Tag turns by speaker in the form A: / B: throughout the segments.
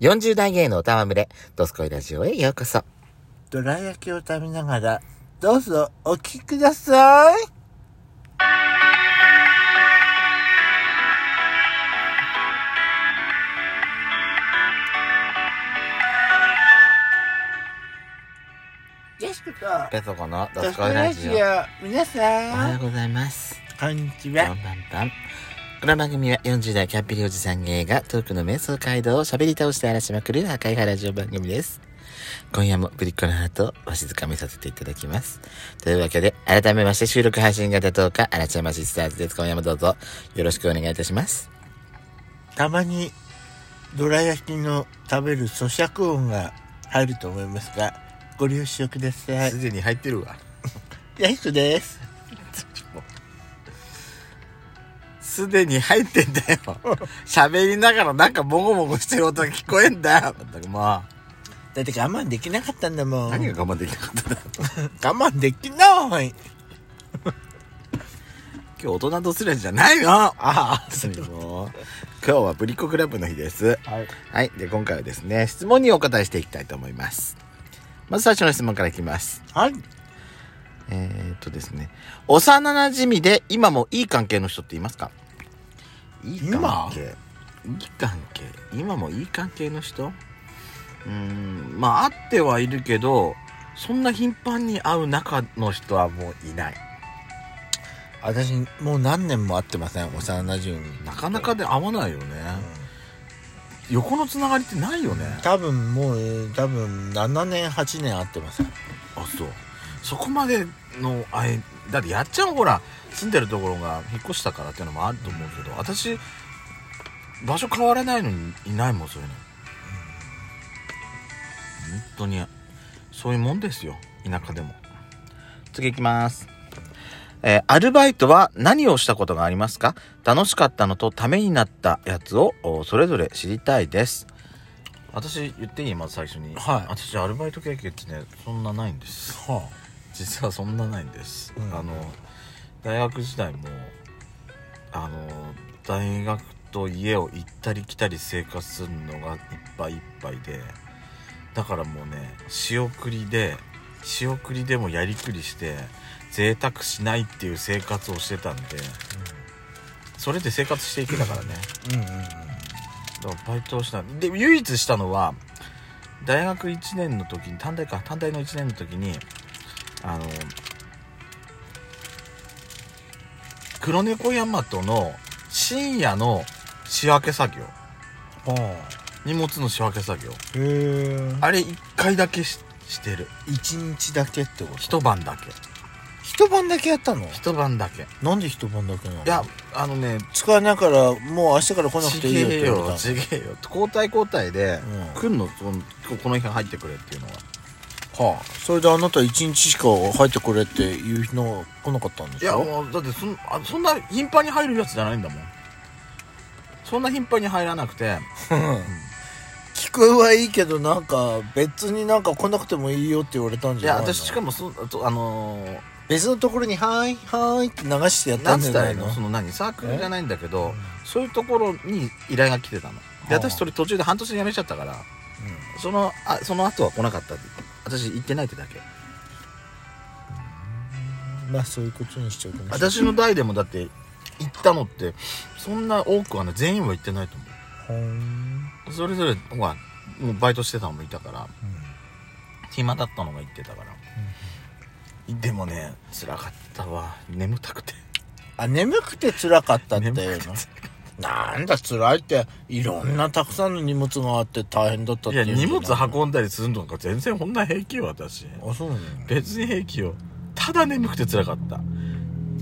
A: 40代芸の歌は群れ、ドスコイラジオへようこそ。
B: どら焼きを食べながら、どうぞお聞きください。ジェシカ
A: ペソコの
B: と、
A: ド
B: ド
A: ス
B: スコ
A: コイラ
B: ラ
A: ジ
B: ジ
A: オ。
B: オ
A: お、
B: 皆
A: は
B: さ、
A: ようんございます。
B: こんにち
A: こんば
B: は
A: ん。は。この番組は40代キャッピリおじさん芸がトークの瞑想街道を喋り倒して荒らしまくる赤いラジオ番組です。今夜もぶりっ子のハートをわしづかみさせていただきます。というわけで、改めまして収録配信型10日、荒地山シスターズです。今夜もどうぞよろしくお願いいたします。
B: たまに、どら焼きの食べる咀嚼音が入ると思いますが、ご了承ください。
A: でに入ってるわ。
B: ジェシカです。
A: すでに入ってんだよ。喋りながらなんかボコボコしてる音が聞こえんだよ。まったくも
B: だって我慢できなかったんだも。
A: うん何が我慢できなかったんだよ。
B: 我慢できない。
A: 今日大人とするんじゃないのあ
B: あ
A: もう今日はブリコクラブの日です。
B: あ。はい。
A: はい。で、今回はですね、質問にお答えしていきたいと思います。まず最初の質問からいきます。
B: はい。
A: えー、っとですね、幼馴染みで今もいい関係の人っていますかいい関係。いい関係。今もいい関係の人うーん、まあ、会ってはいるけど、そんな頻繁に会う中の人はもういない。
B: 私、もう何年も会ってません、幼馴染み。
A: なかなかで会わないよね。横のつながりってないよね。
B: 多分もう、えー多分7年、8年会ってません。
A: あそうそこまでのあれだってやっちゃんほら住んでるところが引っ越したからっていうのもあると思うけど私場所変わらないのにいないもんそういうの本当にそういうもんですよ田舎でも次いきますえーアルバイトは何をしたことがありますか楽しかったのとためになったやつをおそれぞれ知りたいです私言っていいまず最初に
B: はい
A: 私アルバイト経験ってねそんなないんです
B: は
A: 実はそんなないんです、
B: うん
A: あの大学時代もあの大学と家を行ったり来たり生活するのがいっぱいいっぱいでだからもうね仕送りで仕送りでもやりくりして贅沢しないっていう生活をしてたんで、それで生活していけたからね
B: うんうんうん。
A: だからバイトをしたで唯一したのは大学1年の時に短大か短大の1年の時にあの黒猫ヤマトの深夜の仕分け作業
B: は
A: 荷物の仕分け作業
B: あ。へえ。
A: あれ1回だけししてる
B: 一日だけってこと
A: 一晩だけ
B: 一晩だけやったの
A: 一晩だけい
B: なんで一晩だけなの
A: や、あのね
B: 使えないから、もう明日から来なくていいよっ
A: 違
B: て
A: え
B: 言わ
A: よ
B: れ
A: 違えよ交代交代で、
B: うん
A: 来んのその今日この日入ってくれっていうのは
B: たの。はあ。それであなた一日しか入ってこれっていう日の来なかったんで
A: い
B: し
A: や
B: ょ
A: もうだってそんあそんな頻繁に入るやつじゃないんだもんそんな頻繁に入らなくて
B: 聞くはいいけどなんか別になんか来なくてもいいよって言われたん
A: い
B: じ
A: や
B: ゃないの
A: 私しかもそとあのー
B: 別のところに「はーいはーい」って流してやった
A: なんん
B: じ
A: つっ
B: ゃ
A: たら
B: ないい
A: い
B: の
A: のその何サークルじゃないんだけど
B: うん
A: そういうところに依頼が来てたので
B: ああ
A: 私それ途中で半年で辞めちゃったからそのあその後は来なかったって私行ってないってだけ
B: うんまあそういうことにしておきましょう
A: 私の代でもだって行ったのってそんな多くはね全員は行ってないと思
B: ほーん
A: うそれぞれほらもうバイトしてたのもいたから暇だったのが言ってたから、でもね辛かったわ眠たくて
B: あ眠くて辛かったっていう
A: 眠
B: のなんだ辛いっていろんなたくさんの荷物があって大変だったっ
A: い
B: てい
A: や
B: うんじゃ
A: 荷物
B: ない
A: 運んだりするのか全然こんな平気よ私
B: あそうなの
A: 別に平気よただ眠くて辛かった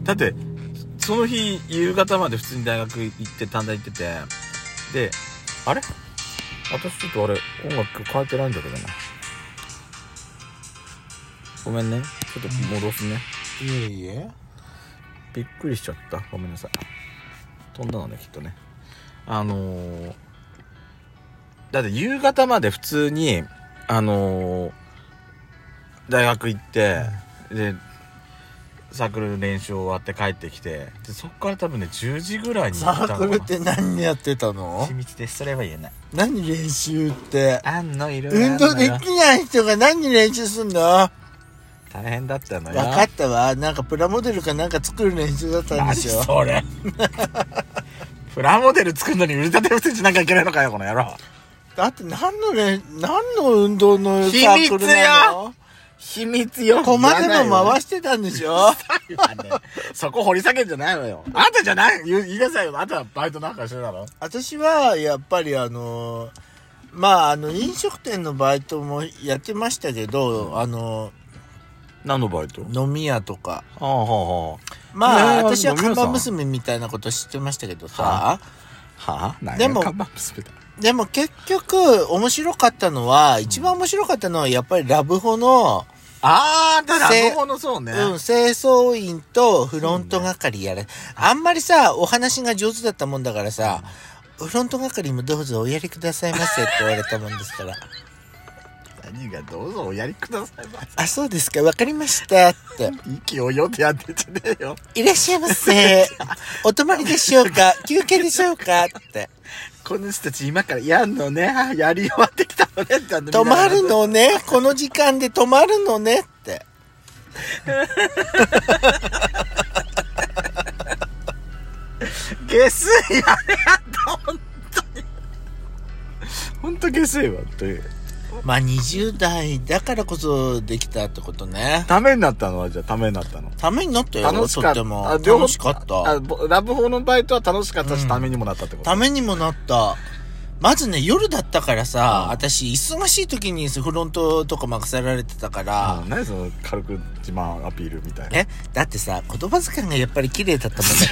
A: だってその日夕方まで普通に大学行って短大行っててであれ私ちょっとあれ音楽変えてないんだけどなごめんねちょっと戻すね、
B: いえいえ
A: びっくりしちゃったごめんなさい飛んだのねきっとねあのーだって夕方まで普通にあのー大学行ってでサークル練習終わって帰ってきてでそこから多分ね10時ぐらいに
B: サ
A: 行った
B: ー
A: の
B: ク
A: か
B: ル
A: な
B: って何やってたの
A: 秘密ですそれは言えない
B: 何練習って
A: あんのいろいろあん
B: 運
A: のよ
B: 動できない人が何練習すんのわ
A: 大変だったのよ
B: かったわなんかプラモデルかなんか作る練習だったん
A: 何
B: ですよ
A: そ れプラモデル作るのに売り立て伏せしなきゃいけないのかよこの野郎
B: だって何の練何の運動の
A: 秘密
B: サークルなの
A: 秘密よ
B: コマでも
A: わ
B: 回してたんでしょ
A: ないわねそこ掘り下げんじゃないのよあんたじゃない言う言いなさいよあんたはバイトなんかしてたの
B: 私はやっぱりあのーまああの飲食店のバイトもやってましたけどあの
A: 何のバイト
B: 飲み屋とか
A: はあは
B: まあ、
A: えー
B: 私は
A: 飲み屋さ
B: 看
A: ん
B: 板娘みたいなこと知ってましたけどさ、
A: はあはあ
B: でも
A: 看板娘だ
B: でも結局面白かったのは、一番面白かったのはやっぱりラブホの、
A: ああだから
B: せ
A: あの方のそう
B: う
A: ね、
B: ん、清掃員とフロント係やら、あんまりさお話が上手だったもんだからさ、フロント係もどうぞおやりくださいませって言われたもんですから
A: 何がどうぞおやりくださいま
B: あそうですかわかりましたって
A: 息を読んでやってんじゃねえよ
B: いらっしゃいま せお泊まりでしょうか休憩でしょうかって
A: この人たち今からやんのねあやり終わってきたのねってあんた
B: 泊
A: 見なが
B: ま
A: ら
B: るのねこの時間で泊まるのねって
A: 下水やれやった本当に本当下水はという
B: まあ20代だからこそできたってことね
A: ためになったのはじゃあためになったの
B: ためになったよ
A: 楽しかっ
B: とって
A: た
B: も
A: あ両方
B: 楽しかった
A: あぼラブホのバイトは楽しかったし、
B: うん
A: ためにもなったってこと
B: ためにもなったまずね夜だったからさ、
A: うん
B: 私忙しい時にフロントとか任せられてたから
A: あ、何その軽く自慢アピールみた いな
B: えだってさ言葉遣いがやっぱり綺麗だったもんだ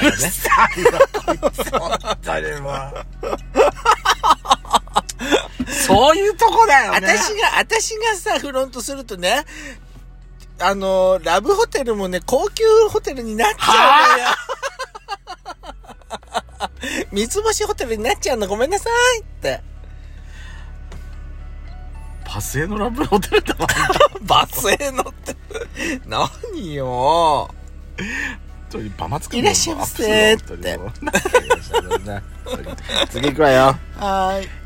B: から ね
A: 誰はそういうとこだよね
B: 私が私がさフロントするとねあのラブホテルもね高級ホテルになっちゃうのよ 三つ星ホテルになっちゃうのごめんなさいって
A: パスへのラブホテルだわ
B: バスへ乗って。何よ。
A: 本当にバマつくの
B: いらっしゃいませって
A: 本当にもうなんかいらっしゃるな本当に 次行くわよ
B: は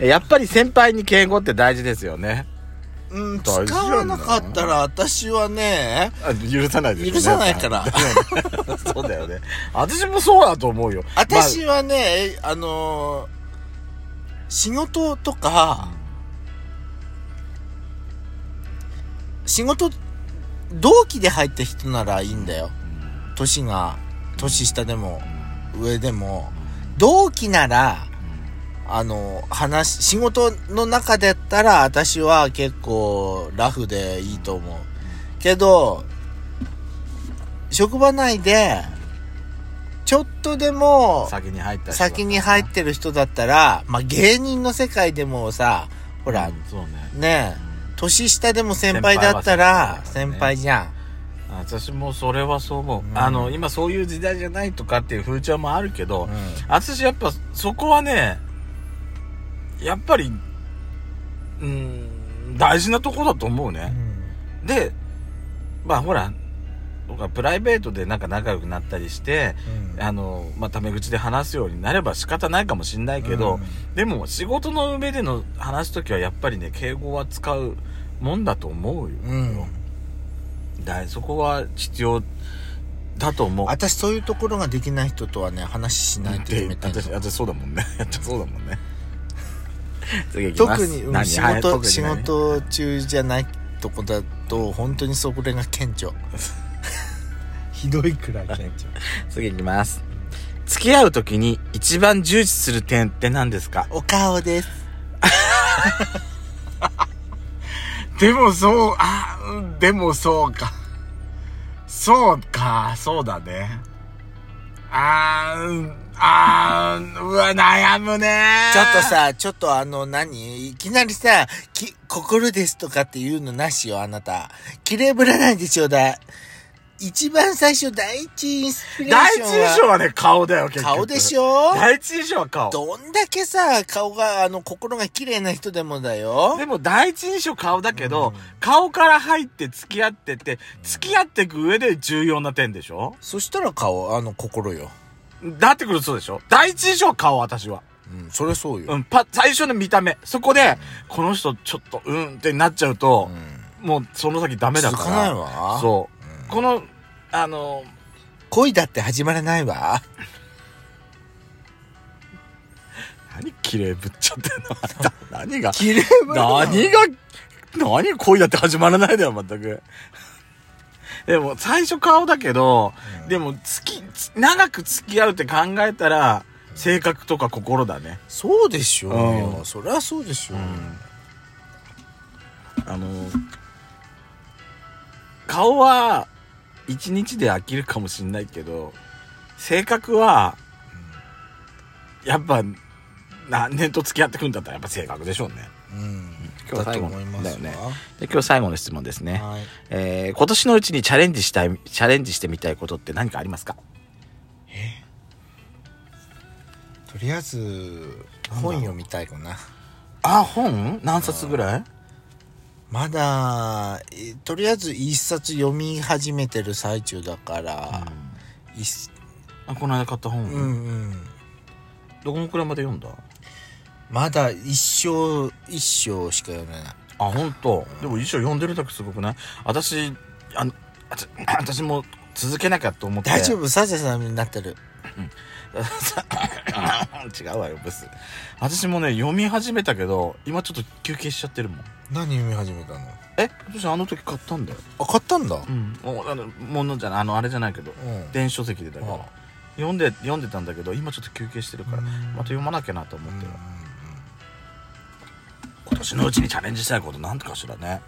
B: ーい。
A: やっぱり先輩に敬語って大事ですよね
B: うん、使
A: 大事やん
B: わなかったら私はね、
A: あ許さないでしょ、ね、
B: 許さないから。
A: そうだよね私もそうだと思うよ
B: 私はね、あのー仕事とか、仕事、同期で入った人ならいいんだよ。年が、年下でも、上でも。同期なら、あの話仕事の中だったら私は結構ラフでいいと思うけど職場内でちょっとでも
A: 先に入った
B: 先に入ってる人だったら、まあ、芸人の世界でもさほら
A: そうね
B: ねえ年下でも先輩だった
A: 先輩は先輩だか
B: ら
A: ら
B: 先
A: ね
B: 輩じゃん
A: 私もそれはそう思う、
B: うん
A: あの今そういう時代じゃないとかっていう風潮もあるけど、
B: うん
A: 私やっぱそこはねやっぱりうん大事なとこだと思うね、でまあほら僕はプライベートでなんか仲良くなったりして
B: うん
A: あの、まあ、タメ口で話すようになれば仕方ないかもしんないけど、でも仕事の上での話す時はやっぱりね敬語は使うもんだと思うよ、
B: うん
A: だいそこは必要だと思う
B: 私そういうところができない人とはね話しないって決めてるの
A: 私私そうだもんねやっちゃそうだもんね次行きます
B: 特にうん
A: 何
B: 仕
A: はい特
B: 事
A: に
B: 仕
A: 何
B: 事中じゃないとこだと本当にそれが顕 著ひどいくらい顕著
A: 次行きます付き合う時に一番重視する点って何ですか
B: お顔です
A: でもそうあうんでもそうかそうかそうだねあーうんあーうわ悩むね
B: ちょっとさちょっとあの何いきなりさき「心です」とかっていうのなしよあなた綺麗ぶらないでちょうだい一番最初、第一インスピレー
A: 第
B: シ
A: 一
B: ョンは。
A: 印象はね、顔だよ、結局。
B: 顔でしょ
A: 第一印象は顔。
B: どんだけさ、顔が、あの、心が綺麗な人でもだよ
A: で。も第一印象顔だけど、
B: うん
A: 顔から入って付き合ってって、付き合っていく上で重要な点でしょ
B: そしたら顔、あの、心よ。
A: なってくるとそうでしょ第一印象は顔、私は。
B: うん、それそうよ。
A: うん、パ最初の見た目。そこで、この人ちょっと、うんってなっちゃうと
B: う、ん。
A: もうその先ダメだから。
B: 続かないわ
A: そう。この、あの、
B: 恋だって始まらないわ。
A: 何綺麗ぶっちゃってんの あんた何が
B: 綺麗
A: 何が、何恋だって始まらないだよ、全く。 でも、最初顔だけど、
B: うん
A: でも、付き、つ長く付き合うって考えたら、性格とか心だね。
B: そうでしょうよ。
A: うん
B: そりゃそうでしょうよ、
A: あの、顔は、一日で飽きるかもしんないけど、性格は、やっぱ、何年と付き合ってくんだったらやっぱ性格でしょうね。
B: うん。
A: 今日
B: だ
A: 最
B: と
A: 後
B: 思います
A: だ
B: わ
A: よねで今日最後の質問ですね。
B: はい。
A: えー今年のうちにチャレンジしたい、チャレンジしてみたいことって何かありますか
B: とりあえず、本読みたいかな。
A: あ、本何冊ぐらい
B: まだ、えとりあえず一冊読み始めてる最中だから、いっす
A: あ、この間買った本、
B: うんうん。
A: どこのくらいまで読んだ
B: まだ一章、一章しか読めない。
A: あ、本当。でも一生読んでるだけすごくない私、あの、あち私も続けなきゃと思って。
B: 大丈夫サザエさんになってる。
A: 夫 違うわよ、ブス。私もね、読み始めたけど、今ちょっと休憩しちゃってるもん。
B: 何読み始めたの
A: え私あの時買ったんだよ。
B: あ、買ったんだ。
A: うん。もうあの、ものじゃない、あの、あれじゃないけど。
B: うん。
A: 電子書籍でだから
B: ああ
A: 読んで読んでたんだけど今ちょっと休憩してるから
B: うん
A: また読まなきゃなと思
B: う
A: っ
B: ん
A: てる今年のうちにチャレンジしたいことなんとかしらね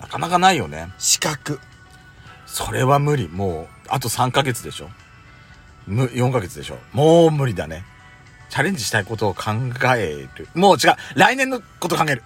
A: なかなかないよね
B: 資格。
A: それは無理もうあと3ヶ月でしょむ4ヶ月でしょもう無理だねチャレンジしたいことを考えるもう違う来年のこと考える